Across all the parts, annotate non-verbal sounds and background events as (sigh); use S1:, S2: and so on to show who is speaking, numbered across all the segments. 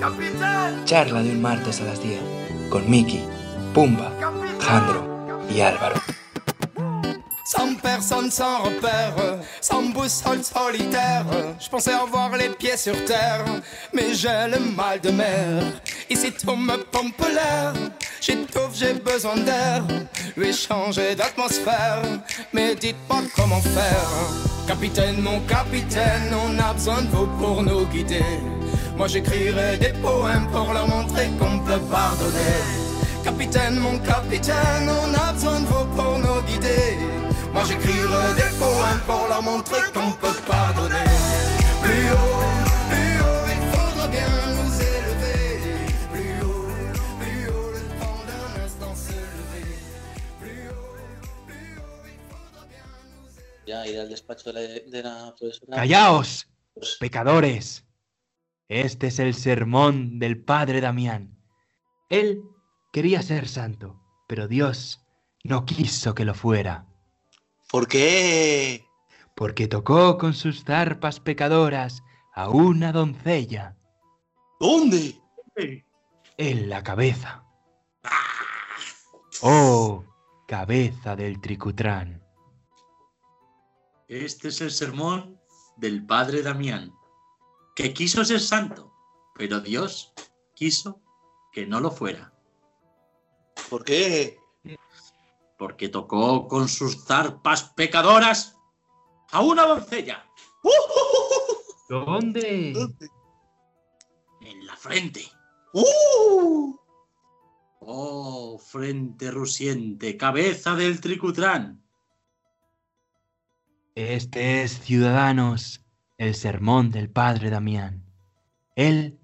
S1: ¡Capitán!
S2: Charla de un martes a las 10 con Miki, Pumba, Jandro y Álvaro.
S3: Sans personne, sans repère, sans boussole solitaire. Je pensais avoir les pieds sur terre, mais j'ai le mal de mer. Ici tout me pompe l'air, j'étouffe, j'ai besoin d'air. Lui changer d'atmosphère, mais dites-moi comment faire. Capitaine, mon capitaine, on a besoin de vous pour nous guider. Moi j'écrirai des poèmes pour leur montrer qu'on peut pardonner. Capitaine, mon capitaine, on a besoin de vous pour nous guider. Moi j'écrirai des poèmes pour leur montrer qu'on peut pardonner. Plus haut, plus haut, il faudra bien nous élever. Plus haut, plus haut, le temps d'un instant se lever. Plus haut, plus haut, il faudra bien nous élever.
S4: Ya ir al despacho de la, de la profesora.
S5: Callaos, pecadores. Este es el sermón del padre Damián. Él quería ser santo, pero Dios no quiso que lo fuera,
S4: ¿Por qué?
S5: porque tocó con sus zarpas pecadoras a una doncella
S4: ¿Dónde?
S5: en la cabeza. Oh, cabeza del tricutrán.
S6: Este es el sermón del padre Damián, que quiso ser santo, pero Dios quiso que no lo fuera,
S4: ¿Por qué?
S6: porque tocó con sus zarpas pecadoras a una doncella
S5: ¿Dónde?
S6: en la frente.
S4: ¡Uh!
S6: Oh, frente rusiente, cabeza del tricutrán.
S5: Este es, ciudadanos, el sermón del padre Damián. Él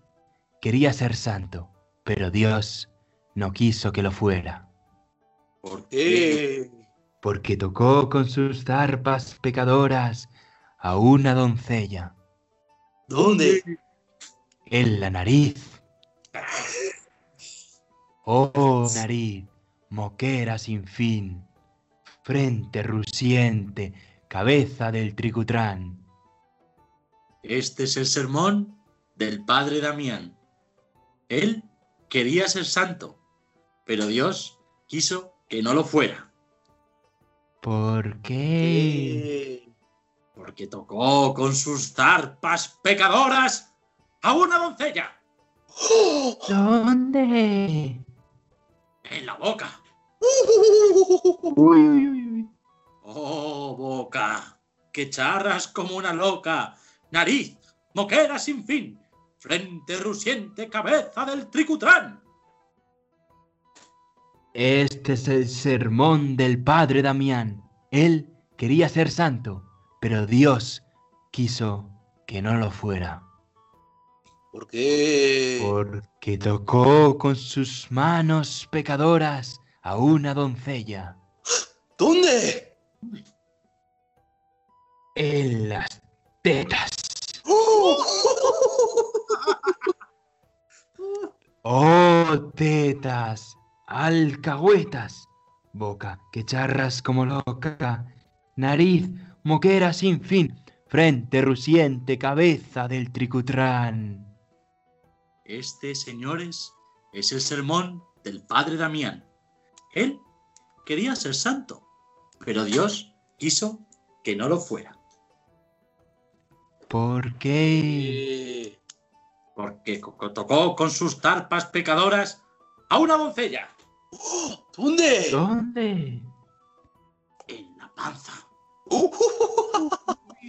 S5: quería ser santo, pero Dios no quiso que lo fuera,
S6: ¿Por qué?
S4: ¿Qué?
S5: porque tocó con sus zarpas pecadoras a una doncella
S4: ¿Dónde?
S5: en la nariz. Oh, nariz, moquera sin fin, frente rusiente, cabeza del tricutrán.
S6: Este es el sermón del padre Damián. Él quería ser santo, pero Dios quiso que no lo fuera,
S5: ¿Por qué?
S6: porque tocó con sus zarpas pecadoras a una doncella
S5: ¿Dónde?
S6: en la boca.
S5: Uy, uy, uy, uy.
S6: Oh, boca, que charras como una loca, nariz, moquera sin fin, frente rusiente, cabeza del tricutrán.
S5: Este es el sermón del padre Damián. Él quería ser santo, pero Dios quiso que no lo fuera,
S4: ¿Por qué?
S5: porque tocó con sus manos pecadoras a una doncella
S4: ¿Dónde?
S5: en las tetas. Oh, tetas, alcahuetas, boca que charras como loca, nariz, moquera sin fin, frente rusiente, cabeza del tricutrán.
S6: Este, señores, es el sermón del padre Damián. Él quería ser santo, pero Dios quiso que no lo fuera,
S5: ¿Por qué?
S4: ¿Qué?
S6: porque co- tocó con sus tarpas pecadoras a una doncella
S4: ¿Dónde?
S5: ¿Dónde?
S6: en la panza.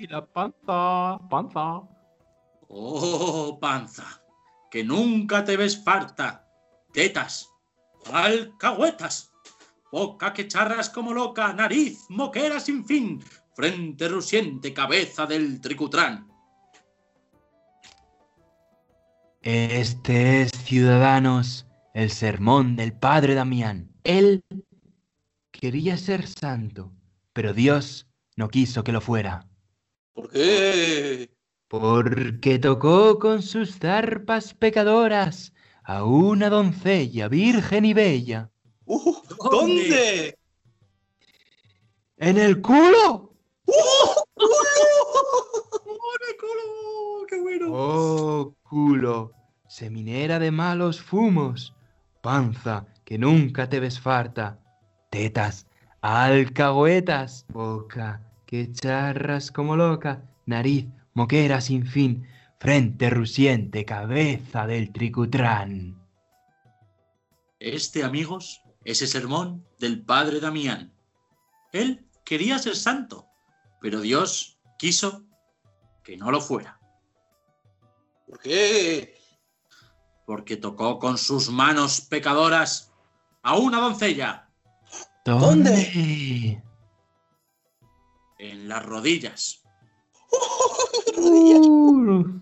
S5: la panza, panza.
S6: Oh, panza, que nunca te ves farta. Tetas, alcahuetas, boca que charras como loca, nariz, moquera sin fin, frente rusiente, cabeza del tricutrán.
S5: Este es, ciudadanos, el sermón del padre Damián. Él quería ser santo, pero Dios no quiso que lo fuera,
S4: ¿Por qué?
S5: porque tocó con sus zarpas pecadoras a una doncella virgen y bella.
S4: Uh, ¿Dónde?
S5: ¿En el culo?
S6: ¡Qué bueno!
S5: Oh, culo, se minera de malos fumos, panza que nunca te ves farta, tetas, alcahuetas, boca que charras como loca, nariz, moquera sin fin, frente rusiente, cabeza del tricutrán.
S6: Este, amigos, es el sermón del padre Damián. Él quería ser santo, pero Dios quiso que no lo fuera,
S3: ¿Por qué?
S6: porque tocó con sus manos pecadoras a una doncella
S3: ¿Dónde?
S5: ¿Dónde?
S6: en las rodillas.
S3: Rodillas.
S5: Uh,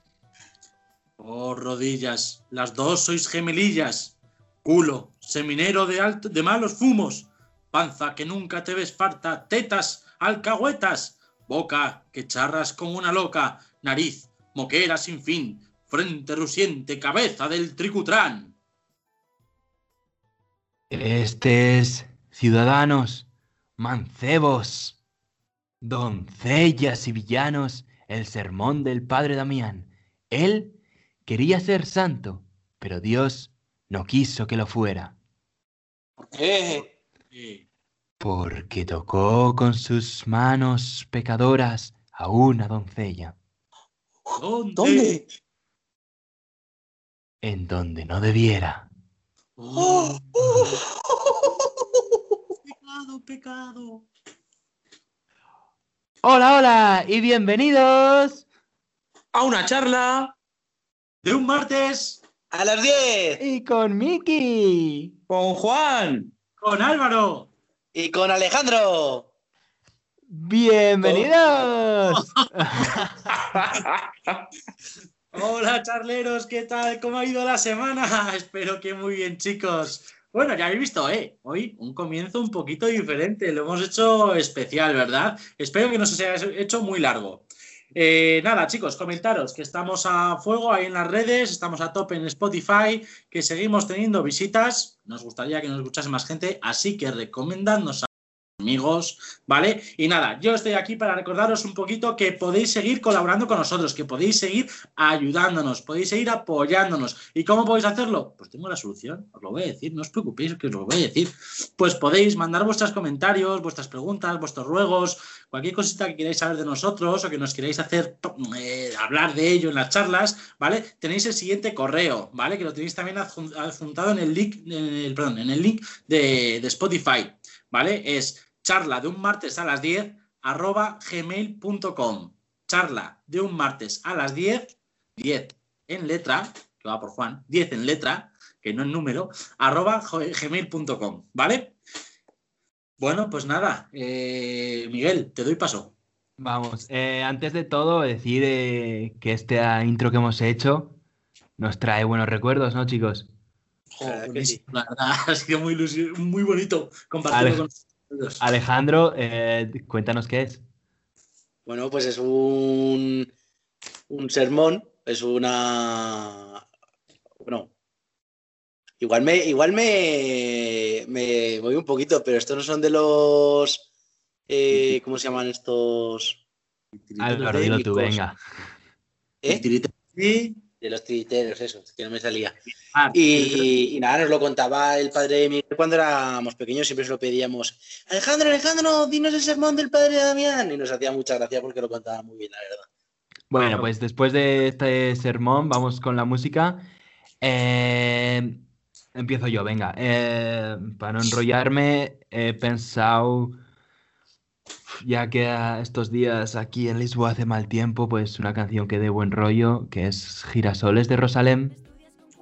S6: Oh, rodillas, las dos sois gemelillas. Culo, seminero de, alto, de malos fumos. Panza que nunca te ves farta. Tetas, alcahuetas. Boca que charras como una loca. Nariz, moquera sin fin. Frente rusiente, cabeza del tricutrán.
S5: Este es, ciudadanos, mancebos, doncellas y villanos, el sermón del padre Damián. Él quería ser santo, pero Dios no quiso que lo fuera,
S3: ¿Por qué?
S6: Eh,
S5: porque tocó con sus manos pecadoras a una doncella,
S6: ¿Dónde?
S7: 네.
S3: ¿Dónde?
S5: en donde no debiera.
S6: Oh,
S7: 아.
S3: Oh, oh.
S6: pecado, pecado.
S5: Hola, hola y bienvenidos.
S3: A una charla.
S6: De un martes
S3: A las 10.
S5: Y con Mickey.
S3: Con Juan.
S6: con Álvaro.
S3: Y con Alejandro.
S5: Bienvenidos.
S6: (laughs) Hola charleros, ¿qué tal? ¿Cómo ha ido la semana? (laughs) Espero que muy bien, chicos. Bueno, ya habéis visto, ¿eh? Hoy un comienzo un poquito diferente, lo hemos hecho especial, ¿verdad? Espero que no se os haya hecho muy largo. Eh, nada, chicos, comentaros que estamos a fuego ahí en las redes, estamos a tope en Spotify, que seguimos teniendo visitas, nos gustaría que nos escuchase más gente, así que recomendadnos a amigos, ¿vale? Y nada, yo estoy aquí para recordaros un poquito que podéis seguir colaborando con nosotros, que podéis seguir ayudándonos, podéis seguir apoyándonos. ¿Y cómo podéis hacerlo? Pues tengo la solución, os lo voy a decir, no os preocupéis que os lo voy a decir. Pues podéis mandar vuestros comentarios, vuestras preguntas, vuestros ruegos, cualquier cosita que queráis saber de nosotros o que nos queráis hacer eh, hablar de ello en las charlas, ¿vale? Tenéis el siguiente correo, ¿vale? Que lo tenéis también adjun- adjuntado en el link, en el, perdón, en el link de, de Spotify, ¿vale? Es charla de un martes a las 10 arroba gmail.com. Charla de un martes a las 10, 10 en letra, que va por Juan, 10 en letra, que no en número, arroba jo- gmail.com, ¿vale? Bueno, pues nada, eh, Miguel, te doy paso.
S5: Vamos, eh, antes de todo decir eh, que esta intro que hemos hecho nos trae buenos recuerdos, ¿no, chicos?
S3: Joder, que sí.
S6: (laughs) La verdad, ha sido muy, ilusio- muy bonito compartirlo
S5: Vale.
S6: con nosotros.
S5: Alejandro, eh, cuéntanos qué es.
S4: Bueno, pues es un, un sermón, es una... Bueno, igual me, igual me, me voy un poquito, pero estos no son de los... eh, ¿Cómo se llaman estos?
S5: Álvaro, dilo tú, venga.
S4: ¿Eh?
S6: Sí,
S4: De los trinitarios, eso, que no me salía.
S6: ah,
S4: Y, y nada, nos lo contaba el padre Miguel cuando éramos pequeños, siempre se lo pedíamos. Alejandro, Alejandro, dinos el sermón del padre Damián. Y nos hacía mucha gracia porque lo contaba muy bien, la verdad.
S5: Bueno, pues después de este sermón vamos con la música. Eh, empiezo yo, venga. Eh, para no enrollarme, he pensado, ya que ah, estos días aquí en Lisboa hace mal tiempo, pues una canción que dé buen rollo, que es Girasoles de Rosalén.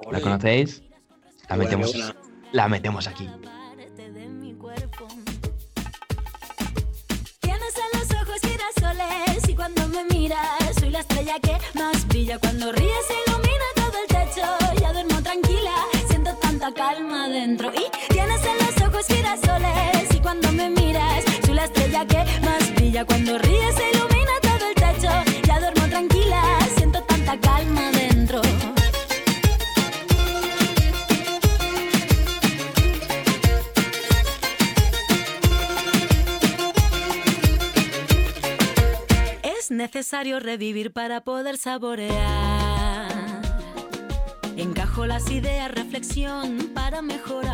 S5: ¿La
S4: Ole.
S5: conocéis? La
S4: Igual que
S5: metemos,
S4: una-
S5: la metemos aquí.
S8: de mi cuerpo. Tienes en los ojos girasoles y cuando me miras soy la estrella que más brilla. Cuando ríes ilumina todo el techo, ya duermo tranquila, siento tanta calma dentro. Y tienes en los ojos girasoles y cuando me miras soy la estrella que más brilla. Cuando ríes ilumina todo el techo, ya duermo tranquila, siento tanta calma dentro. Es necesario revivir para poder saborear. En Dejo las ideas, reflexión para mejorar.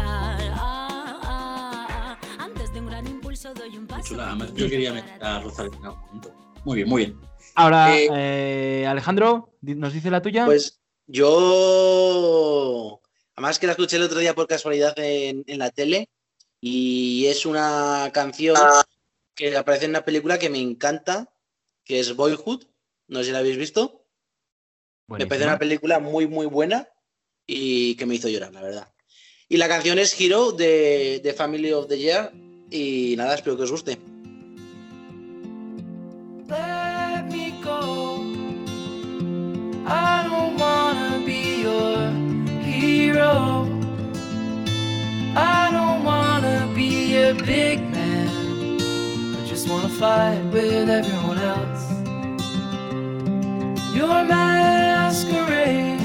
S8: Ah, ah, ah. Antes de un gran impulso doy un
S6: Qué
S8: paso.
S6: chula. Además, yo quería meter a Rosalía en algún momento. Muy bien, muy bien.
S5: Ahora,
S6: Eh,
S5: eh, Alejandro, di- ¿nos dice la tuya?
S4: Pues yo, además que la escuché el otro día por casualidad en, en la tele y es una canción que aparece en una película que me encanta, que es Boyhood, no sé si la habéis visto. Me parece una
S5: Buenísima.
S4: película muy, muy buena y que me hizo llorar, la verdad. Y la canción es Hero de, de Family of the Year y nada, espero que os guste.
S9: Let me go. I don't wanna be your hero. I don't wanna be a big man. I just wanna fight with everyone else. Your masquerade.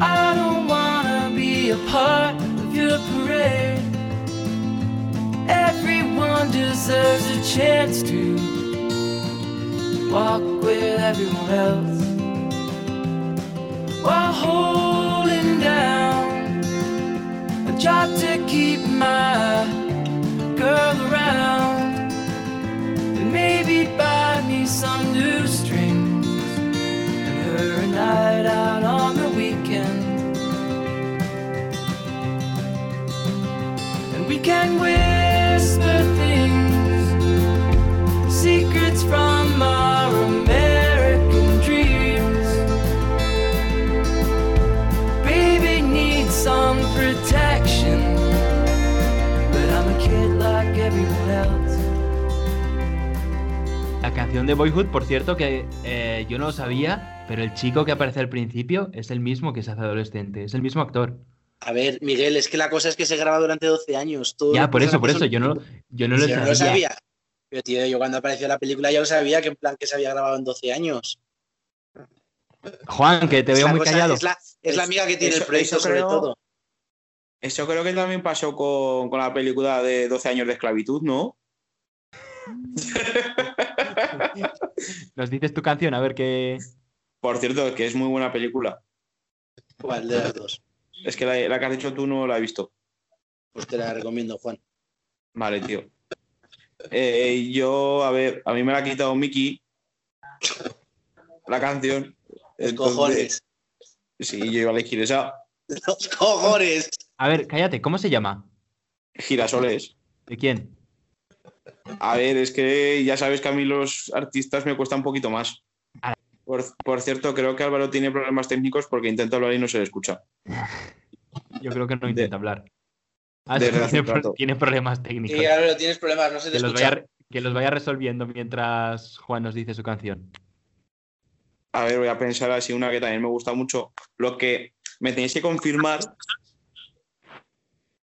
S9: I don't wanna be a part of your parade. Everyone deserves a chance to walk with everyone else while holding down a job to keep my girl around and maybe buy me some new strings and her a night out on the weekend and we can whisper things secrets from our American dreams. Baby needs some protection, but I'm a kid like everyone else.
S5: La canción de Boyhood, por cierto, que eh, yo no lo sabía, pero el chico que aparece al principio es el mismo que se hace adolescente, es el mismo actor.
S4: A ver, Miguel, es que la cosa es que se graba durante 12 años. todo
S5: ya,
S4: lo
S5: por
S4: que
S5: eso,
S4: pasa
S5: por
S4: es
S5: eso,
S4: una
S5: yo no, yo no lo
S4: pues Sí, yo
S5: sabía.
S4: no lo sabía. Pero, tío, yo cuando apareció la película ya lo sabía que en plan que se había grabado en 12 años.
S5: Juan, que te
S4: Es
S5: veo
S4: la
S5: muy
S4: cosa-
S5: callado.
S4: Es la, es la amiga que tiene
S10: Eso-
S4: el proyecto,
S10: eso
S4: sobre
S10: creo-
S4: todo.
S10: Eso creo que también pasó con, con la película de 12 años de esclavitud, ¿no?
S5: Nos dices tu canción, a ver qué.
S10: Por cierto, que es muy buena película.
S4: ¿Cuál de las dos?
S10: Es que la, la que has dicho tú no la he visto.
S4: Pues te la recomiendo, Juan.
S10: Vale, tío. Eh, yo, a ver, a mí me la ha quitado Mickey. La canción.
S4: Los
S10: Entonces,
S4: cojones.
S10: Sí, yo iba a elegir esa.
S4: Los cojones.
S5: A ver, cállate, ¿cómo se llama?
S10: Girasoles.
S5: ¿De quién?
S10: A ver, es que ya sabes que a mí los artistas me cuesta un poquito más.
S5: Ah.
S10: Por, por cierto, creo que Álvaro tiene problemas técnicos porque intenta hablar y no se le escucha.
S5: Yo creo que no
S10: De-
S5: intenta hablar. Ah,
S10: desde
S5: sí, (laughs)
S10: hace
S5: tiene,
S10: un rato.
S5: pro- tiene problemas técnicos.
S4: Y ahora tienes problemas, no se te
S5: que, los
S4: escucha.
S5: vaya, que los vaya resolviendo mientras Juan nos dice su canción.
S10: A ver, voy a pensar así una que también me gusta mucho. Lo que me tenéis que confirmar,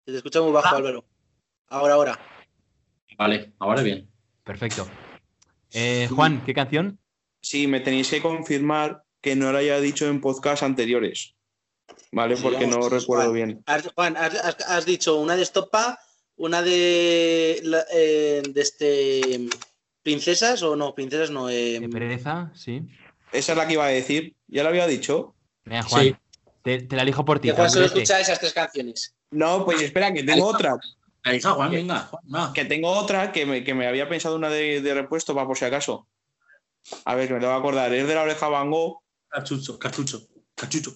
S4: Se te escucha muy
S5: Ah.
S4: bajo, Álvaro. Ahora, ahora.
S6: Vale, ahora bien.
S5: Perfecto. Eh, Juan, ¿qué canción?
S10: sí, me tenéis que confirmar que no lo haya dicho en podcast anteriores. ¿Vale?
S4: Sí,
S10: Porque no
S4: vamos,
S10: recuerdo
S4: vale.
S10: bien.
S4: Has- Juan, has, has- has dicho una de Estopa, una de. la- eh, de este. ¿Princesas o no? Princesas no. eh,
S5: De pereza, sí.
S10: Esa es la que iba a decir. ¿Ya la había dicho?
S5: Venga, Juan,
S6: Sí.
S5: te, te la elijo por ti.
S4: que Juan solo
S5: hombre,
S4: escucha esas tres canciones.
S10: No, pues espera, que tengo otra.
S6: Ahí está, Juan, venga. Juan, va.
S10: Que tengo otra que me, que me había pensado una de, de repuesto para por si acaso. A ver, que me tengo que acordar. Es de la oreja Van Gogh
S6: Cachucho, cachucho, cachucho.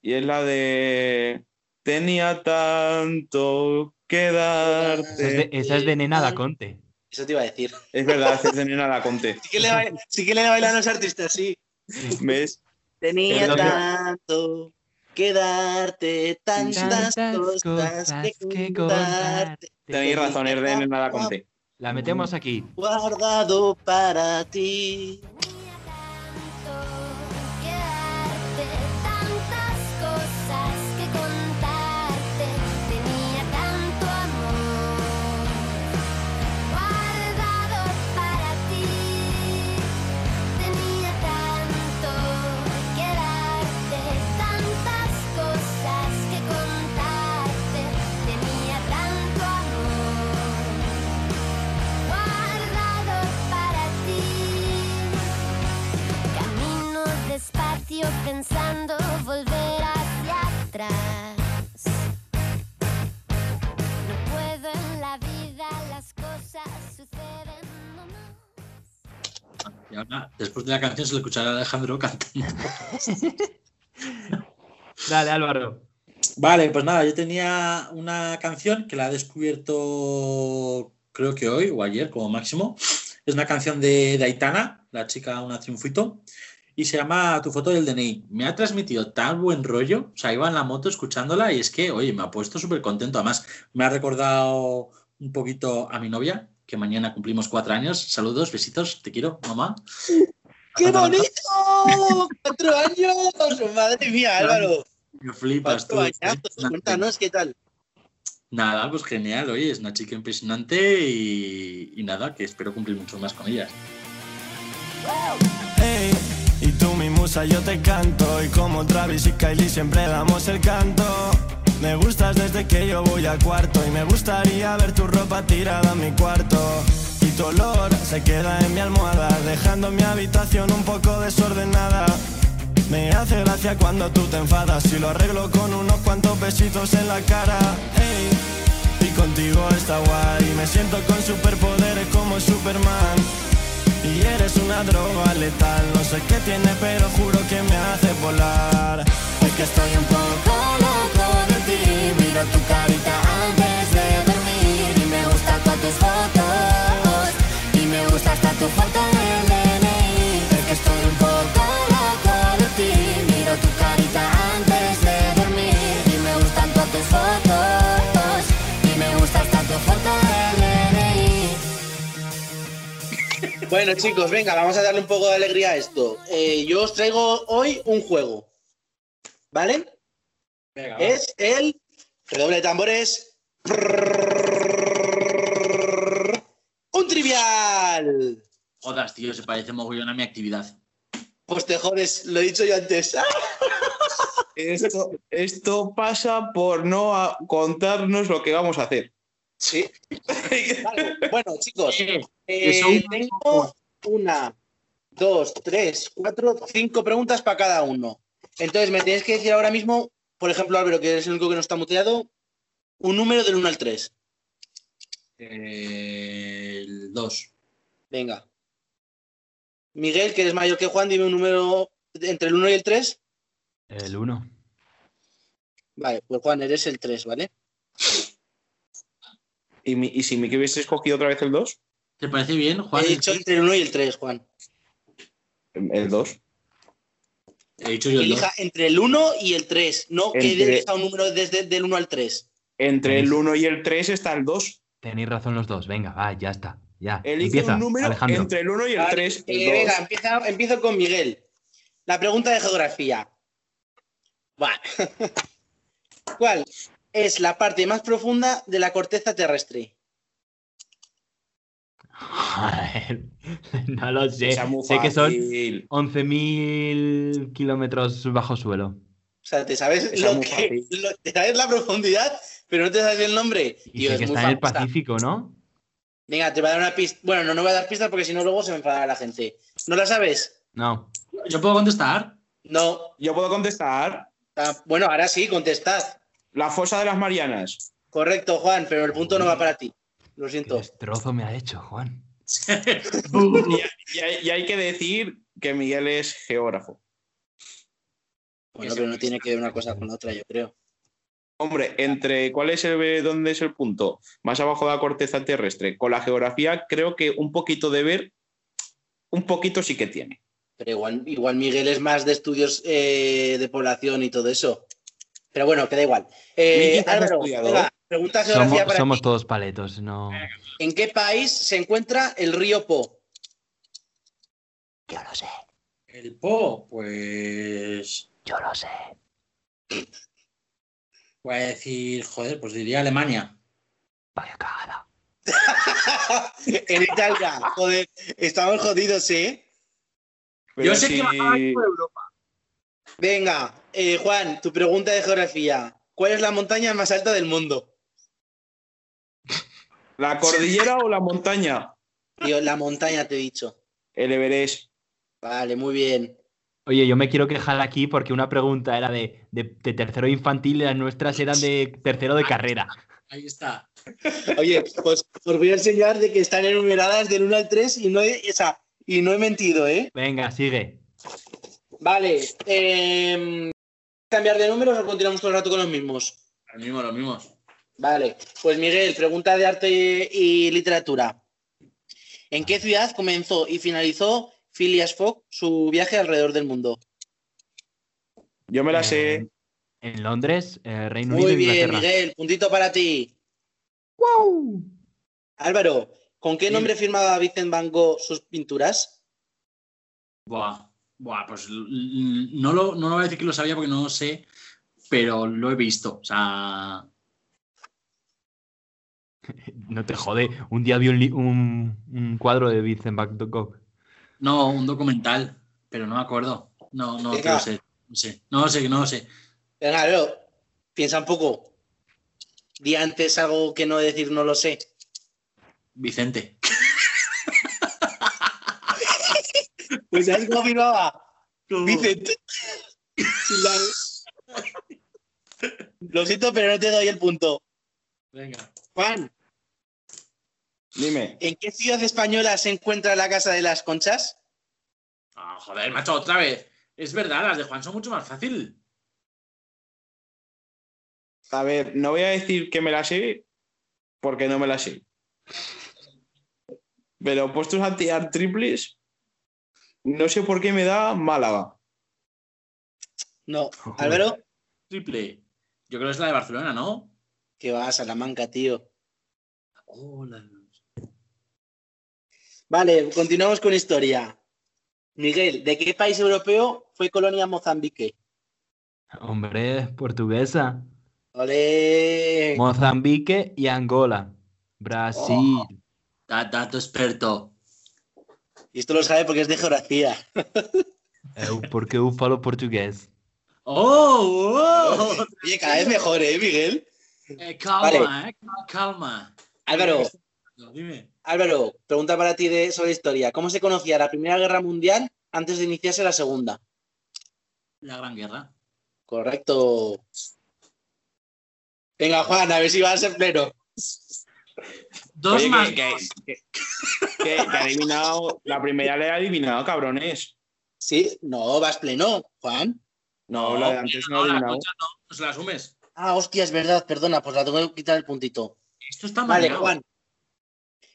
S10: y es la de. Tenía tanto que darte.
S5: Esa es de, esa es de Nena da Conte.
S4: Eso te iba a decir.
S10: Es verdad, es de Nena la Conte.
S4: (laughs) Sí que le, bail- sí que le bailan los artistas, sí.
S10: ¿Ves?
S4: Tenía
S10: Perdón, yo-
S4: tanto que darte, tantas, cosas, que contarte,
S10: Tenéis razón, es de Nena la Conte.
S5: La metemos aquí.
S4: guardado para ti.
S8: Tenía tanto que darte, tantas cosas que contarte, tenía tanto amor guardado para ti, tenía tanto que darte, tantas cosas que contarte, tenía tanto amor guardado para ti.
S7: pensando volver hacia atrás. No puedo en la vida, las cosas suceden. no, no.
S6: Y ahora, después de la canción, se le escuchará a Alejandro cantando.
S5: Dale, Álvaro.
S6: Vale, pues nada, yo tenía una canción que la he descubierto creo que hoy o ayer como máximo. Es una canción de, de Aitana, la chica una triunfito, y se llama Tu foto del DNI. Me ha transmitido tan buen rollo, o sea, iba en la moto escuchándola y es que, oye, me ha puesto súper contento. Además, me ha recordado un poquito a mi novia, que mañana cumplimos cuatro años. Saludos, besitos, te quiero, mamá.
S4: (laughs) ¡Qué bonito! (laughs) ¡Cuatro años! ¡Madre mía, Álvaro!
S6: Me flipas tú.
S4: ¡Cuatro añazos!
S6: impresionante.
S4: Cuéntanos qué tal.
S6: Nada, pues genial, oye, es una chica impresionante y, y nada, que espero cumplir mucho más con ella.
S11: Ey, y tú mi musa yo te canto Y como Travis y Kylie siempre damos el canto Me gustas desde que yo voy a cuarto Y me gustaría ver tu ropa tirada en mi cuarto Y tu olor se queda en mi almohada Dejando mi habitación un poco desordenada me hace gracia cuando tú te enfadas y lo arreglo con unos cuantos besitos en la cara. Ey, y contigo está guay, me siento con superpoderes como Superman. Y eres una droga letal, no sé qué tiene, pero juro que me hace volar. Es que estoy un poco loco de ti, miro tu carita antes de dormir y me gusta todas tus fotos y me gusta hasta tu foto del DNI. Es que estoy un poco loco de ti, miro tu carita antes de dormir y me gustan todas tus fotos y me gusta hasta tu foto del DNI.
S4: Bueno, chicos, venga, vamos a darle un poco de alegría a esto. Eh, yo os traigo hoy un juego. ¿Vale?
S6: Venga, va.
S4: Es el redoble de tambores. Un trivial.
S6: Jodas, tío, se parece mogollón a mi actividad.
S4: Pues te jodes, lo he dicho yo antes. ¡Ah!
S10: Esto, esto pasa por no a- contarnos lo que vamos a hacer.
S4: Sí.
S10: (laughs)
S4: Vale, Bueno, chicos,
S6: Eh,
S4: eh,
S6: son-
S4: tengo una, dos, tres, cuatro, cinco preguntas para cada uno. Entonces, me tenéis que decir ahora mismo, por ejemplo, Álvaro, que es el único que no está muteado, un número del 1 al 3.
S6: eh, el 2.
S4: Venga. Miguel, que eres mayor que Juan, dime un número entre el 1 y el 3.
S5: El 1.
S4: Vale, pues Juan, eres el 3, ¿vale?
S10: ¿Y, mi- y si me hubiese escogido otra vez el 2?
S6: ¿Te parece bien, Juan?
S4: He dicho entre el 1 y el 3, Juan.
S10: El 2.
S6: He dicho yo el 2.
S4: Elija entre el 1 y el 3, no que
S10: Entre-
S4: elija un número desde del 1 al 3.
S10: Entre el 1 y el 3 está el 2.
S5: Tenéis razón los dos. Venga, va, ya está. Ya.
S10: Elige
S5: Empieza,
S10: un número
S5: Alejandro.
S10: entre el 1 y el
S4: Vale,
S10: 3.
S4: eh, venga, empieza- empiezo con Miguel. La pregunta de geografía. Va. (laughs) ¿Cuál es la parte más profunda de la corteza terrestre?
S5: Joder, (laughs) no lo sé. Sé que son 11.000 kilómetros bajo suelo.
S4: O sea, te sabes,
S10: Esa es
S4: lo
S10: muy
S4: que-
S10: fácil.
S4: lo- te sabes la profundidad, pero no te sabes el nombre.
S5: Y
S4: Tío,
S5: sé
S4: es
S5: que
S4: muy
S5: está en el
S4: famosa.
S5: Pacífico, ¿no?
S4: Venga, te voy a dar una pista. Bueno, no, no voy a dar pistas porque si no, luego se me enfadará la gente. ¿No la sabes?
S5: No.
S6: ¿Yo puedo contestar?
S4: No.
S10: Yo puedo contestar.
S4: Ah, bueno, ahora sí, contestad.
S10: La fosa de las Marianas.
S4: Correcto, Juan, pero el punto no va para ti. Lo
S5: Qué
S4: siento.
S5: destrozo me ha hecho, Juan.
S4: este.
S6: (laughs)
S10: Y hay, y hay que decir que Miguel es geógrafo.
S4: Bueno, pero no tiene que ver una cosa con la otra, yo creo.
S10: Hombre, entre cuál es el dónde es el punto más abajo de la corteza terrestre con la geografía, creo que un poquito de ver, un poquito sí que tiene.
S4: Pero igual, igual Miguel es más de estudios eh, de población y todo eso. Pero bueno, queda igual. Eh,
S10: Miki, ¿qué has
S4: Álvaro,
S10: estudiado?
S4: venga, pregunta
S5: Somos,
S4: geografía para
S5: somos
S4: ti.
S5: todos paletos, no.
S4: ¿En qué país se encuentra el río Po?
S2: Yo lo sé,
S6: El Po, pues.
S2: yo lo sé.
S6: Voy a decir, joder, pues diría Alemania.
S2: Vaya cagada.
S4: en
S10: (laughs)
S4: Italia. Joder, estamos jodidos, ¿eh?
S10: Pero
S6: yo sé
S10: si-
S6: que bajaba ahí por Europa.
S4: Venga, eh, Juan, tu pregunta de geografía. ¿Cuál es la montaña más alta del mundo?
S10: (laughs) ¿La cordillera o la montaña?
S4: Tío, la montaña te he dicho.
S10: El Everest.
S4: Vale, muy bien.
S5: Oye, yo me quiero quejar aquí porque una pregunta era de, de, de tercero infantil y las nuestras eran de tercero de carrera.
S6: Ahí está.
S4: Oye, pues os voy a enseñar de que están enumeradas del 1 al 3 y no he, o sea, y no he mentido, ¿eh?
S5: Venga, sigue.
S4: Vale. em, ¿Cambiar de números o continuamos todo el rato con los mismos?
S6: Los mismos, los mismos.
S4: Vale. Pues Miguel, pregunta de arte y literatura. ¿En qué ciudad comenzó y finalizó Phileas Fogg su viaje alrededor del mundo?
S10: Yo me la sé.
S5: En, en Londres, eh, Reino
S4: Muy
S5: Unido y
S4: bien,
S5: Inglaterra.
S4: Miguel, puntito para ti. Álvaro, ¿con qué
S6: Sí.
S4: nombre firmaba Vincent Van Gogh sus pinturas?
S6: Buah, buah, pues l- l- no lo, no lo voy a decir que lo sabía porque no lo sé, pero lo he visto. O sea,
S5: (laughs) No te jode. Un día vi un, li- un- un cuadro de Vincent Van Gogh.
S6: no, un documental, pero no me acuerdo. No, no,
S4: Venga.
S6: no lo sé. No sé, no lo sé, no lo sé.
S4: Venga, Álvaro, piensa un poco. Di antes algo que no decir no lo sé.
S6: Vicente.
S4: Pues ¿sabes cómo firmaba?
S6: Vicente.
S4: Vincent. Sin la E. Lo siento, pero no te doy el punto.
S6: Venga.
S4: Juan,
S10: Dime.
S4: ¿en qué ciudad española se encuentra la Casa de las Conchas?
S6: Ah, joder, macho, otra vez. Es verdad, las de Juan son mucho más fácil.
S10: A ver, no voy a decir que me la sé porque no me la sé. Pero puestos a tirar triples, no sé por qué me da Málaga.
S4: No.
S5: Joder.
S4: Álvaro,
S6: Triple. Yo creo que es la de Barcelona, ¿no?
S4: que va a Salamanca, tío.
S6: Oh, la-
S4: Vale, continuamos con historia. Miguel, ¿de qué país europeo fue colonia Mozambique?
S5: Hombre, portuguesa.
S4: Ole.
S5: Mozambique y Angola. Brasil.
S4: Oh.
S6: Da- dato experto.
S4: Y esto lo sabe porque es de geografía.
S5: Eu- porque eu falo portugués.
S6: ¡Oh! oh.
S4: Oye, cada vez mejor, ¿eh, Miguel?
S6: Eh, calma, eh, cal- calma.
S4: Álvaro,
S6: No, dime.
S4: Álvaro, pregunta para ti de, sobre historia. ¿Cómo se conocía la Primera Guerra Mundial antes de iniciarse la Segunda?
S6: La Gran Guerra.
S4: Correcto. Venga, Juan, a ver si va a ser pleno.
S6: Dos
S10: Oye, que-
S6: más.
S10: que-
S6: dos.
S10: Que, que he adivinado, la primera la he adivinado, cabrones.
S4: Sí, no, vas pleno, Juan.
S10: No,
S6: No,
S10: la de antes no he
S6: No, la
S10: adivinado.
S6: concha no, no se la asumes.
S4: Ah, hostia, es verdad, perdona, pues la tengo que quitar el puntito.
S6: Esto está mal.
S4: Vale, Juan.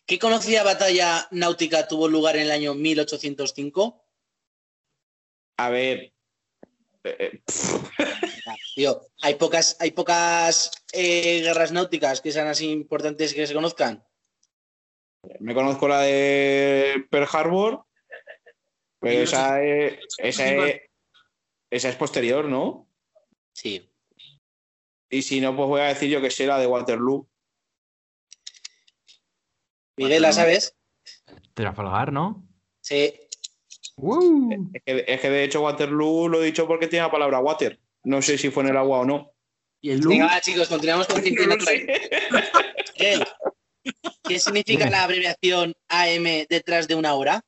S4: ¿Qué conocida batalla náutica tuvo lugar en el año 1805?
S10: A ver. eh, eh,
S4: Ah, Tío, hay pocas, hay pocas eh, guerras náuticas que sean así importantes que se conozcan.
S10: me conozco la de Pearl Harbor. Pero esa es, esa, es, esa es posterior, ¿no?
S4: Sí.
S10: Y si no, pues voy a decir yo que sé la de Waterloo.
S4: Miguel, ¿la
S6: Bueno.
S4: sabes?
S5: Trafalgar, ¿no?
S4: Sí.
S5: ¡Uh!
S10: Es que, es que de hecho Waterloo lo he dicho porque tiene la palabra water. No sé si fue en el agua o no.
S6: Y el
S4: Venga,
S6: Lu,
S4: va, chicos, continuamos con Cincinnati. Miguel, ¿qué significa la abreviación AM detrás de una hora?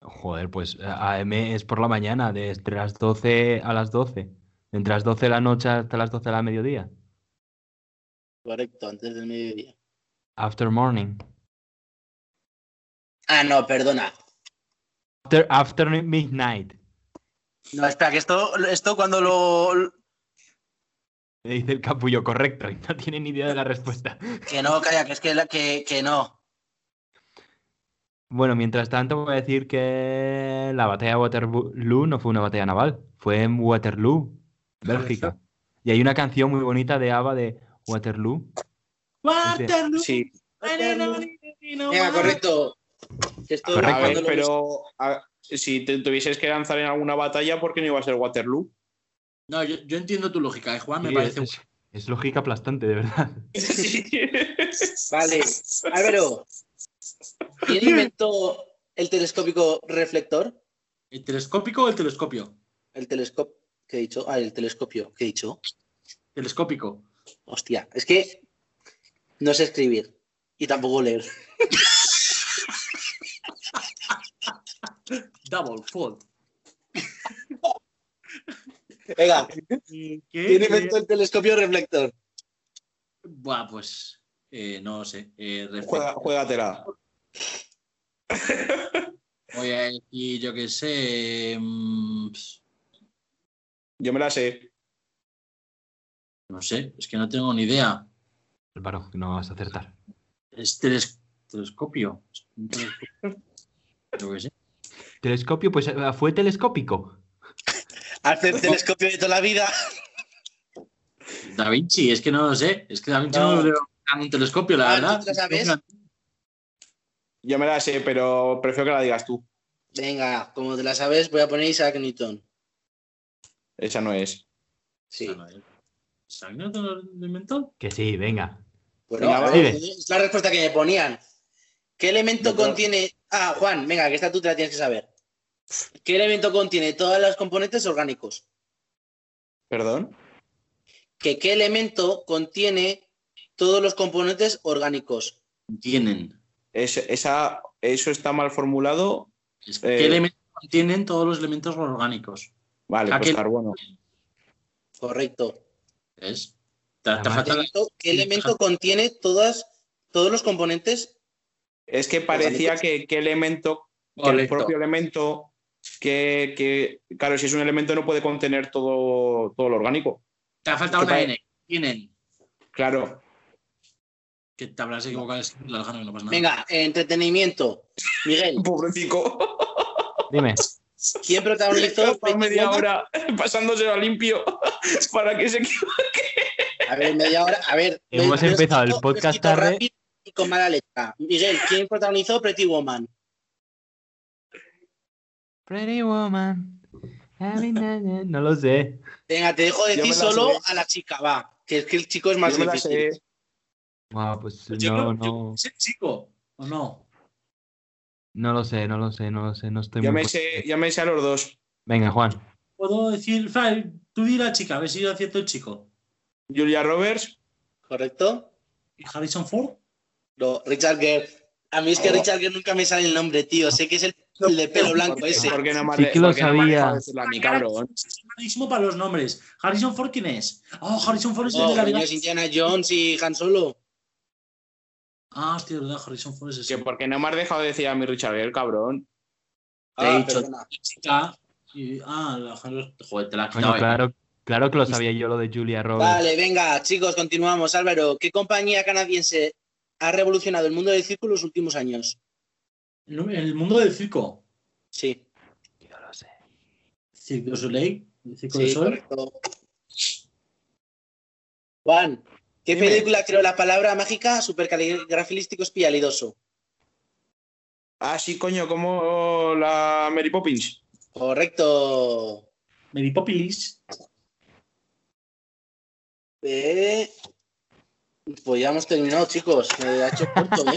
S5: Joder, pues AM es por la mañana, desde las 12 a las 12. Entre las 12 de la noche hasta las 12 de la mediodía.
S4: Correcto, antes del mediodía.
S5: After morning.
S4: Ah, no, perdona.
S5: After, after midnight.
S4: No, espera, que esto, esto cuando lo.
S5: Me dice el capullo correcto y no tiene ni idea de la respuesta.
S4: Que no, calla, que es que, la- que, que no.
S5: Bueno, mientras tanto voy a decir que la batalla de Waterloo no fue una batalla naval, fue en Waterloo, Bélgica. Y hay una canción muy bonita de ABBA de Waterloo.
S6: Waterloo.
S10: Sí.
S4: Venga, correcto. Que esto-
S5: Correcto.
S10: A ver,
S4: cuando lo-
S10: pero a- si te tuvieses que lanzar en alguna batalla, ¿por qué no iba a ser Waterloo?
S6: No, yo, yo entiendo tu lógica, eh, Juan, me
S5: Sí,
S6: parece.
S5: es, es lógica aplastante, de verdad.
S4: Vale. Álvaro,
S6: (laughs)
S4: ¿quién inventó el telescópico reflector?
S6: ¿El telescópico o el telescopio?
S4: El telescopio. ¿Qué he dicho? Ah, el telescopio. ¿Qué he dicho?
S6: Telescópico.
S4: Hostia, es que no sé escribir y tampoco
S6: (laughs)
S4: leer.
S6: Double fold.
S4: Venga,
S6: ¿Qué?
S4: ¿quién inventó el telescopio reflector?
S6: Buah, pues eh, no sé. Eh, refle-
S10: Juega, juégatela.
S6: (laughs) Voy a decir, yo qué sé. mm,
S10: Yo me la sé.
S6: no sé, es que no tengo ni idea.
S5: Álvaro, no vas a acertar.
S6: Es teles- telescopio. Es un telescopio. Pues Yo qué sé.
S5: Telescopio, pues eh, fue telescópico.
S4: Hace (laughs) el telescopio de toda la vida.
S6: Da Vinci, es que no lo sé. Es que Da Vinci
S4: No.
S6: no, lo veo en un telescopio, la
S4: Ah, ¿tú
S6: verdad.
S4: te la sabes?
S10: Yo me la sé, pero prefiero que la digas tú.
S4: Venga, como te la sabes, voy a poner Isaac Newton.
S10: Esa no es.
S4: Sí.
S6: ¿Isaac Newton lo inventó?
S5: Que sí, venga.
S6: Pues
S4: Bueno,
S10: Venga,
S4: a
S6: eh,
S5: va.
S4: ver, es la respuesta que me ponían. ¿Qué elemento
S10: Venga.
S4: contiene. Ah, Juan, venga, que esta tú te la tienes que saber. ¿Qué elemento contiene todos los componentes orgánicos?
S10: Perdón.
S4: ¿Que ¿Qué elemento contiene todos los componentes orgánicos?
S6: Tienen.
S10: Es- esa, eso está mal formulado.
S6: Es-
S10: Eh.
S6: ¿Qué elementos contienen todos los elementos orgánicos?
S10: Vale,
S6: Ah,
S10: pues
S6: que-
S10: carbono.
S4: Correcto.
S6: ¿Ves? Te, te
S5: Además-
S4: ¿Qué
S6: falta la-
S4: elemento, qué elemento contiene todas, todos los componentes?
S10: Es que parecía que, que elemento, que el
S6: Correcto.
S10: propio elemento, que, que- claro, si es un elemento no puede contener todo, todo lo orgánico.
S6: Te ha faltado
S10: que
S6: una
S10: pare-
S6: N. Tienen.
S10: Claro.
S6: Que te habrás equivocado. es que la dejaron y no pasa nada.
S4: Venga, entretenimiento. Miguel,
S10: (laughs) Pobrecico.
S5: Dime.
S4: ¿quién protagonizó
S10: Está
S4: 21?
S10: media hora (laughs) pasándoselo a limpio (laughs) para que se equivoque.
S4: A ver, media hora. A ver.
S5: Hemos
S4: lo he
S5: empezado el
S4: escrito- lo he
S5: podcast
S4: escrito
S5: tarde.
S4: rápido Y con mala letra. Miguel, ¿quién protagonizó Pretty Woman?
S5: Pretty woman. eh, No lo sé.
S4: Venga, te dejo
S10: me
S4: decir
S10: la
S4: solo
S10: sé.
S4: a la chica, va. Que es que el chico es más
S10: Yo me la
S4: difícil.
S10: sé.
S5: Guau, pues
S6: Yo
S5: no,
S6: creo- yo-
S5: no.
S6: ¿Es el chico o no?
S5: No lo sé, no lo sé, no lo sé. No estoy
S10: Ya
S5: muy
S10: me
S5: puesto.
S10: sé, ya me sé a los dos.
S5: Venga, Juan.
S6: Puedo decir, Fray, tú di la chica, a ver si yo acierto el chico.
S10: Julia Roberts.
S4: ¿Correcto?
S6: ¿Y Harrison Ford?
S4: No, Richard Gere. A mí es que Richard Gere nunca me sale el nombre, tío. Sé que es el, el de pelo blanco ese.
S10: ¿Por qué Oh. no me
S5: Sí que lo
S10: por qué no me has
S5: sabía.
S10: dejado decirla a mí,
S7: (laughs)
S10: cabrón?
S6: Es malísimo para los nombres. ¿Harrison Ford quién es? Oh, Harrison Ford es el
S4: No,
S6: de la
S4: coño,
S6: vida.
S4: es Indiana Jones y Han Solo.
S6: Ah, hostia, verdad, Harrison Ford es
S10: Que
S6: ese.
S10: por qué no me has dejado decir a mi Richard Gere, cabrón.
S6: Te he
S4: Ah,
S6: dicho
S4: perdona.
S6: chica. y- ah, la, joder, te la has
S5: Coño,
S6: quitado. eh. Pues
S5: claro, claro que lo sabía yo lo de Julia Roberts.
S4: Vale, venga, chicos, continuamos. Álvaro, ¿qué compañía canadiense ha revolucionado el mundo del circo en los últimos años?
S6: El, el mundo del circo.
S4: Sí,
S5: Yo lo sé.
S6: Cirque du Soleil. El circo del
S4: sí,
S6: sol.
S4: correcto. Juan, ¿qué
S10: Dime.
S4: película creó la palabra mágica supercaligrafilístico espialidoso?
S10: Ah, sí, coño, como la Mary Poppins.
S4: Correcto.
S6: Mary Poppins.
S4: Eh, Pues ya hemos terminado, chicos. Me ha hecho corto, ¿eh?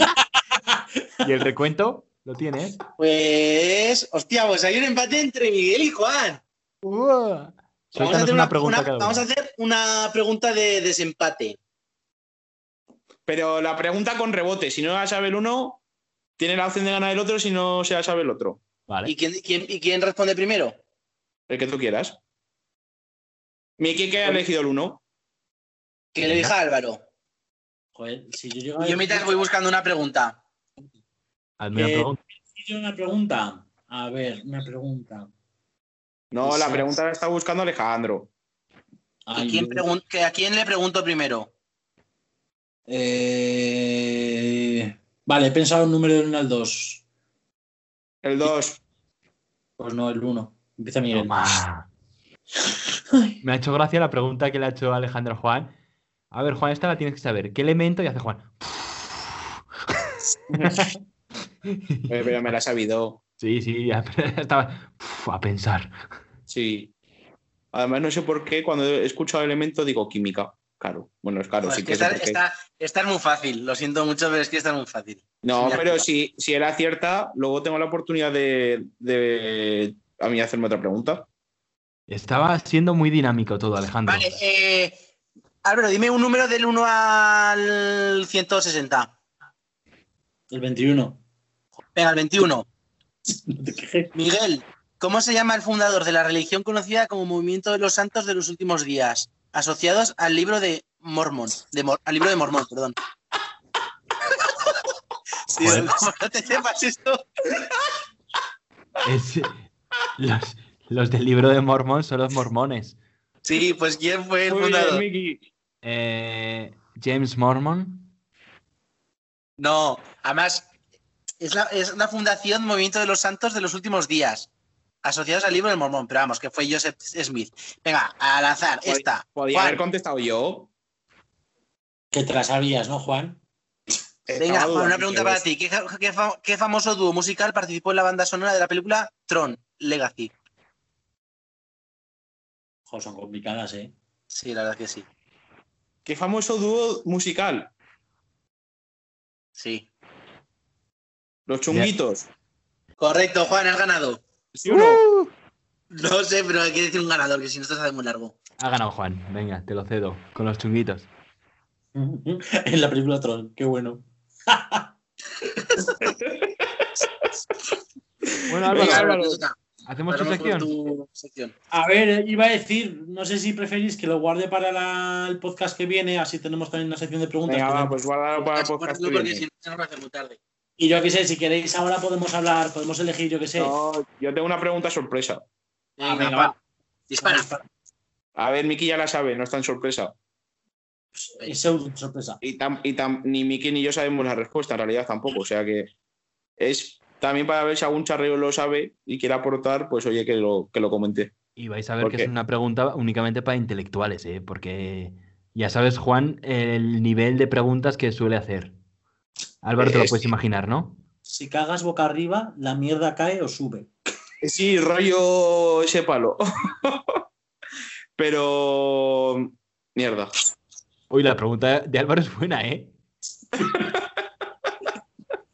S5: (laughs) ¿Y el recuento? ¿Lo tienes?
S4: Pues, hostia, pues hay un empate entre Miguel y Juan. Vamos a
S5: Suéltanos
S4: hacer
S5: una
S4: una-
S5: pregunta
S4: una-
S5: cada uno.
S4: vamos a hacer una pregunta de desempate.
S10: Pero la pregunta con rebote, si no la sabe el uno, tiene la opción de ganar el otro, si no se la sabe el otro.
S5: Vale.
S4: ¿Y quién, quién- y quién responde primero?
S10: El que tú quieras. Miki que ha elegido el uno.
S4: Que lo
S5: Venga.
S4: diga Álvaro.
S6: Joder, si yo llego
S4: Y
S6: a
S4: yo mientras voy buscando una pregunta.
S5: Hazme una
S6: Eh,
S5: pregunta.
S6: decir una pregunta. A ver, una pregunta.
S10: No,
S6: Sí,
S10: la
S6: sí.
S10: pregunta la está buscando Alejandro.
S4: ¿Y
S6: Ay,
S4: quién
S6: yo-
S4: pregun- que ¿A quién le pregunto primero?
S6: Eh, Vale, he pensado un número del 1 al 2.
S10: El 2.
S6: Pues no, el 1. Empieza Miguel.
S5: Toma.
S6: Ay.
S5: Me ha hecho gracia la pregunta que le ha hecho Alejandro a Juan. A ver, Juan, esta la tienes que saber. ¿Qué elemento? Y hace Juan.
S10: pero me la ha sabido.
S5: Sí, sí, ya, (laughs) pero estaba Uf, a pensar.
S10: Sí. Además, no sé por qué cuando escucho elemento digo química. Claro. Bueno, es claro,
S4: Pues
S10: sí
S4: que
S10: que sé
S4: esta,
S10: por qué.
S4: esta- esta es muy fácil. Lo siento mucho, pero es que esta es muy fácil.
S10: No,
S4: Ya
S10: pero
S4: está.
S10: si, si él acierta, luego tengo la oportunidad de, de a mí hacerme otra pregunta.
S5: Estaba siendo muy dinámico todo, Alejandro.
S4: Vale, eh, Álvaro, dime un número del 1 al 160.
S6: El 21.
S4: Venga, el 21.
S6: No te quejes.
S4: Miguel, ¿Cómo se llama el fundador de la religión conocida como Movimiento de los Santos de los Últimos Días? Asociados al libro de Mormón. de Mor- al libro de Mormón, perdón. Sí,
S5: Joder.
S4: como no te sepas esto.
S5: Es- los, los del libro de Mormón son los mormones.
S4: Sí, pues ¿quién fue el
S10: Muy bien,
S4: fundador?
S10: Miki.
S5: Eh, James Mormon.
S4: No, además, es la, es la fundación Movimiento de los Santos de los últimos días, asociados al libro del Mormón, pero vamos, que fue Joseph Smith. Venga, al azar,
S10: Joder,
S4: esta.
S10: Podía
S4: Juan,
S10: haber contestado yo.
S6: Que te la sabías, ¿no, Juan?
S4: venga, Juan, una pregunta para ti. ¿Qué, ja- qué fa- qué famoso dúo musical participó en la banda sonora de la película Tron Legacy?
S6: Ojo, son complicadas, ¿eh?
S4: Sí, la verdad que sí.
S10: Qué famoso dúo musical.
S4: Sí.
S10: Los chunguitos.
S4: Correcto, Juan, has ganado.
S10: ¿Sí o no?
S4: No sé, pero hay que decir un ganador, que si no esto se hace muy largo.
S5: Ha ganado Juan. Venga, te lo cedo. Con los chunguitos.
S6: (laughs) en la película Tron, qué bueno.
S5: Bueno, Álvaro,
S4: Venga, Álvaro, te toca.
S5: ¿hacemos tu
S4: Vamos con
S5: sección?
S4: tu sección.
S6: A ver, iba a decir, no sé si preferís que lo guarde para la- el podcast que viene, así tenemos también una sección de preguntas.
S10: Venga,
S6: que
S10: va,
S6: no-
S10: pues guárdalo para el
S4: Guárdalo
S10: podcast. que
S4: porque
S10: viene.
S4: si no, se nos va a hacer muy tarde.
S6: Y yo qué sé, si queréis ahora podemos hablar, podemos elegir, yo qué sé.
S10: No, yo tengo una pregunta sorpresa.
S6: Ah,
S4: Venga,
S6: venga,
S4: va.
S6: va.
S4: Dispara.
S10: A ver, Miki ya la sabe, no es tan sorpresa.
S6: Pues, Es pseudo sorpresa.
S10: Y, tam- y tam- ni Miki ni yo sabemos la respuesta, en realidad tampoco. O sea que es también para ver si algún charreo lo sabe y quiere aportar, pues oye, que lo, que lo comente. (laughs)
S5: Y vais a ver
S10: ¿Por
S5: que
S10: qué?
S5: es una pregunta únicamente para intelectuales, ¿eh? Porque ya sabes, Juan, el nivel de preguntas que suele hacer. Álvaro, te lo
S10: Eh,
S5: puedes
S10: sí.
S5: imaginar, ¿no?
S6: Si cagas boca arriba, la mierda cae o sube.
S10: Eh, Sí, rollo Oh, ese palo. (laughs) Pero. Mierda.
S5: Uy, la pregunta de Álvaro es buena, ¿eh? (laughs)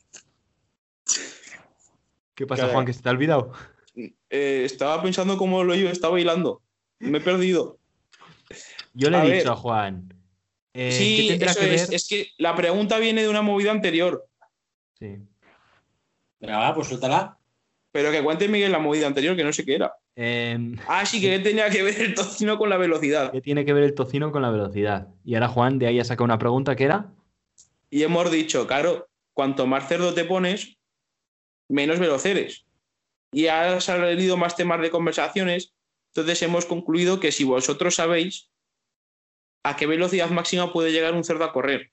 S5: ¿Qué pasa,
S10: Caray.
S5: Juan, que se te ha olvidado?
S10: Eh, estaba pensando cómo lo yo estaba bailando. Me he perdido.
S5: Yo le
S10: A
S5: he
S10: ver.
S5: dicho a Juan. eh, ¿qué
S10: sí,
S5: tendrá
S10: eso
S5: que
S10: es.
S5: ver?
S10: Es que la pregunta viene de una movida anterior.
S5: Sí.
S6: Venga, va, pues suéltala.
S10: Pero que cuente Miguel la movida anterior, que no sé qué era.
S5: Em,
S10: Ah,
S5: (laughs)
S10: sí, que tenía que ver el tocino con la velocidad.
S5: ¿Qué tiene que ver el tocino con la velocidad? Y ahora Juan de ahí ha sacado una pregunta que era.
S10: Y hemos dicho, claro, cuanto más cerdo te pones, menos veloz eres. Y ha salido más temas de conversaciones. Entonces hemos concluido que si vosotros sabéis a qué velocidad máxima puede llegar un cerdo
S6: (laughs)
S10: a correr.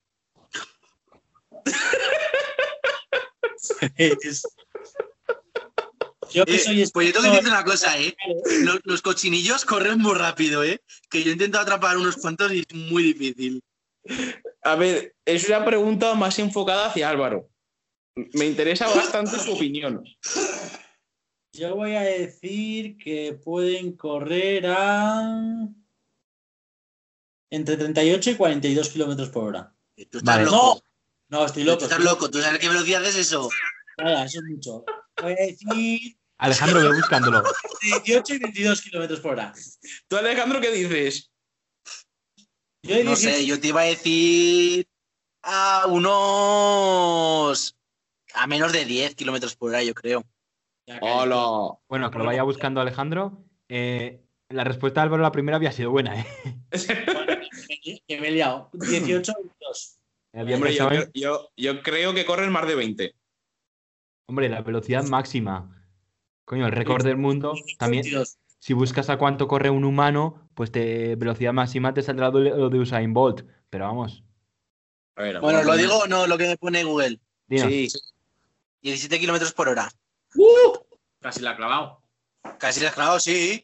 S6: Yo que
S4: Eh,
S6: soy
S4: pues yo tengo que
S6: experto-
S4: decirte una cosa, ¿eh? Los, los cochinillos corren muy rápido, ¿eh? Que yo he intentado atrapar unos cuantos y es muy difícil.
S10: A ver, es una pregunta más enfocada hacia Álvaro. Me interesa bastante su opinión.
S6: Yo voy a decir que pueden correr a. entre 38 y 42 kilómetros por hora.
S4: Eh, Tú estás
S5: Vale.
S4: loco.
S6: No, estoy
S4: Tú
S6: loco.
S4: Pues estás loco. ¿Tú sabes qué velocidad es eso?
S6: Nada, eso es mucho. Voy a decir
S5: Alejandro, ve buscándolo.
S6: 18 y 22 kilómetros por hora.
S10: ¿Tú, Alejandro, qué dices?
S6: Yo he
S4: No
S6: dicho
S4: sé, yo te iba a decir a unos... A menos de 10 kilómetros por hora, yo creo.
S10: Hola.
S5: Bueno, que lo vaya buscando Alejandro. Eh, la respuesta de Álvaro la primera había sido buena, ¿eh?
S6: (laughs)
S5: (laughs)
S6: que me he liado. 18 y 22.
S5: Había
S10: Hombre, yo,
S5: pensado en-
S10: creo- yo- yo creo que corren más de 20.
S5: hombre, la velocidad máxima. Coño, el récord del mundo. También,
S6: 22.
S5: si buscas a cuánto corre un humano, pues te velocidad máxima te saldrá lo de- lo de Usain Bolt. Pero vamos,
S10: A ver,
S4: Bueno,
S10: alguna-
S4: ¿lo digo o no? Lo que me pone Google.
S5: dinos.
S10: Sí.
S4: 17 kilómetros por hora.
S12: Casi la ha clavado.
S4: Casi lo has clavado, sí.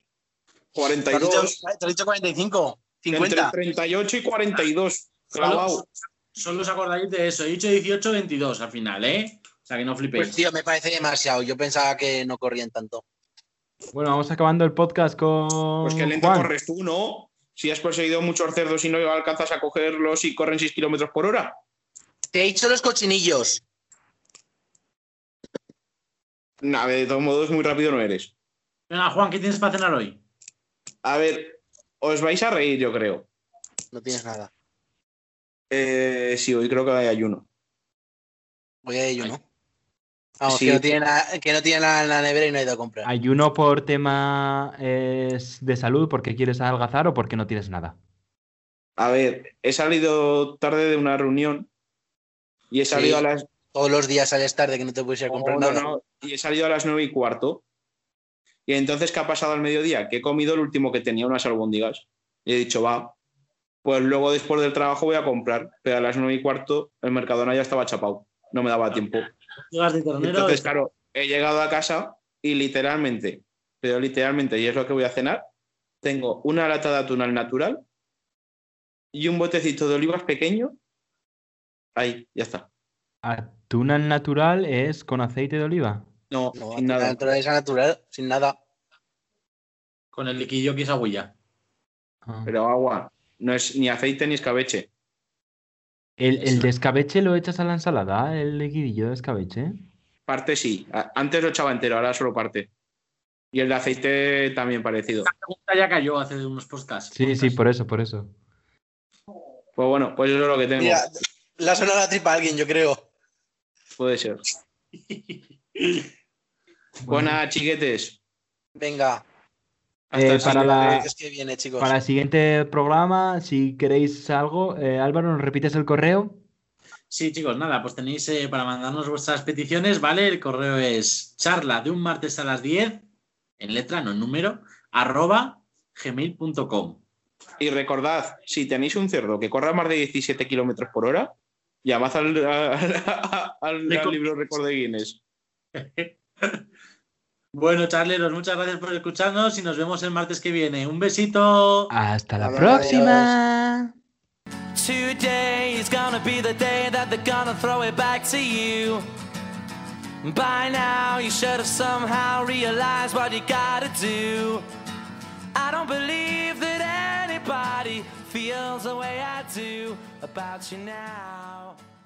S4: Te has, dicho,
S10: 42.
S4: te has dicho 45. 50.
S10: Entre 38 y
S4: Ah,
S10: 42. Clavao.
S6: Solo, solo os acordáis de eso. He dicho 18 22 al final, ¿eh? O sea que no flipéis.
S4: Pues tío, me parece demasiado. Yo pensaba que no corrían tanto.
S5: Bueno, vamos acabando el podcast con.
S10: Pues que lento
S5: Juan.
S10: corres tú, ¿no? Si has perseguido muchos cerdos y no alcanzas a cogerlos y corren 6 kilómetros por hora.
S4: Te he dicho los cochinillos.
S10: Nada, de todos modos, muy rápido no eres.
S6: Venga, Juan, ¿qué tienes para cenar hoy?
S10: A ver, os vais a reír, yo creo.
S4: No tienes nada.
S10: Eh, sí, hoy creo que hay ayuno.
S4: Voy a ello, ¿no? Vamos,
S10: Sí.
S4: que no tiene, nada, que no tiene nada en la nevera y no ha ido a comprar.
S5: ¿Ayuno por tema eh, de salud, porque quieres adelgazar o porque no tienes nada?
S10: A ver, he salido tarde de una reunión y he salido
S4: Sí.
S10: a las
S4: Todos los días sales tarde que no te puedes ir a comprar
S10: no,
S4: nada.
S10: no, y he salido a las nueve y cuarto. Y entonces, ¿qué ha pasado al mediodía? Que he comido el último que tenía, unas albóndigas. Y he dicho, va, pues luego después del trabajo voy a comprar. Pero a las nueve y cuarto el Mercadona ya estaba chapado. No me daba tiempo.
S3: Llegas de ternero.
S10: Entonces, claro, he llegado a casa y literalmente, pero literalmente, y es lo que voy a cenar, tengo una lata de atún al natural y un botecito de olivas pequeño. Ahí, ya está.
S5: Atún al natural es con aceite de oliva.
S10: No,
S4: No,
S10: sin
S4: la
S10: nada.
S4: naturaleza natural, sin nada.
S6: Con el liquillo que es agüilla.
S5: Ah.
S10: Pero agua. No es ni aceite ni escabeche.
S5: ¿El, el de escabeche lo echas a la ensalada? ¿El liquidillo de escabeche?
S10: Parte sí. A- Antes lo echaba entero, ahora solo parte. Y el de aceite también parecido.
S6: Esta ya cayó hace unos podcasts.
S5: Sí, sí, por eso, por eso.
S10: Pues bueno, pues eso es lo que tengo.
S4: Mira, le ha sonado la tripa a alguien, yo creo.
S10: Puede ser. Pues
S5: Bueno.
S10: nada, chiquetes.
S4: Venga,
S10: Hasta
S5: Eh,
S10: el
S5: para
S10: siguiente-
S5: la-
S4: es que viene, chicos.
S5: Para el siguiente programa, si queréis algo, eh, Álvaro, ¿nos repites el correo?
S6: Sí, chicos, nada, pues tenéis eh, para mandarnos vuestras peticiones, ¿vale? El correo es charla de un martes a las 10, en letra, no en número, arroba gmail.com.
S10: Y recordad, si tenéis un cerdo que corra más de 17 kilómetros por hora, llamad al, al- (laughs) al-
S6: Le
S10: al
S6: co-
S10: libro récord de Guinness.
S6: (laughs) Bueno, charleros, muchas gracias por escucharnos y nos vemos el martes que viene. Un besito.
S5: Hasta la
S4: Adiós.
S5: próxima.
S11: Today is gonna be the day that they're gonna throw it back to you. By now, you should have somehow realized what you gotta do. I don't believe that anybody feels the way I do about you now.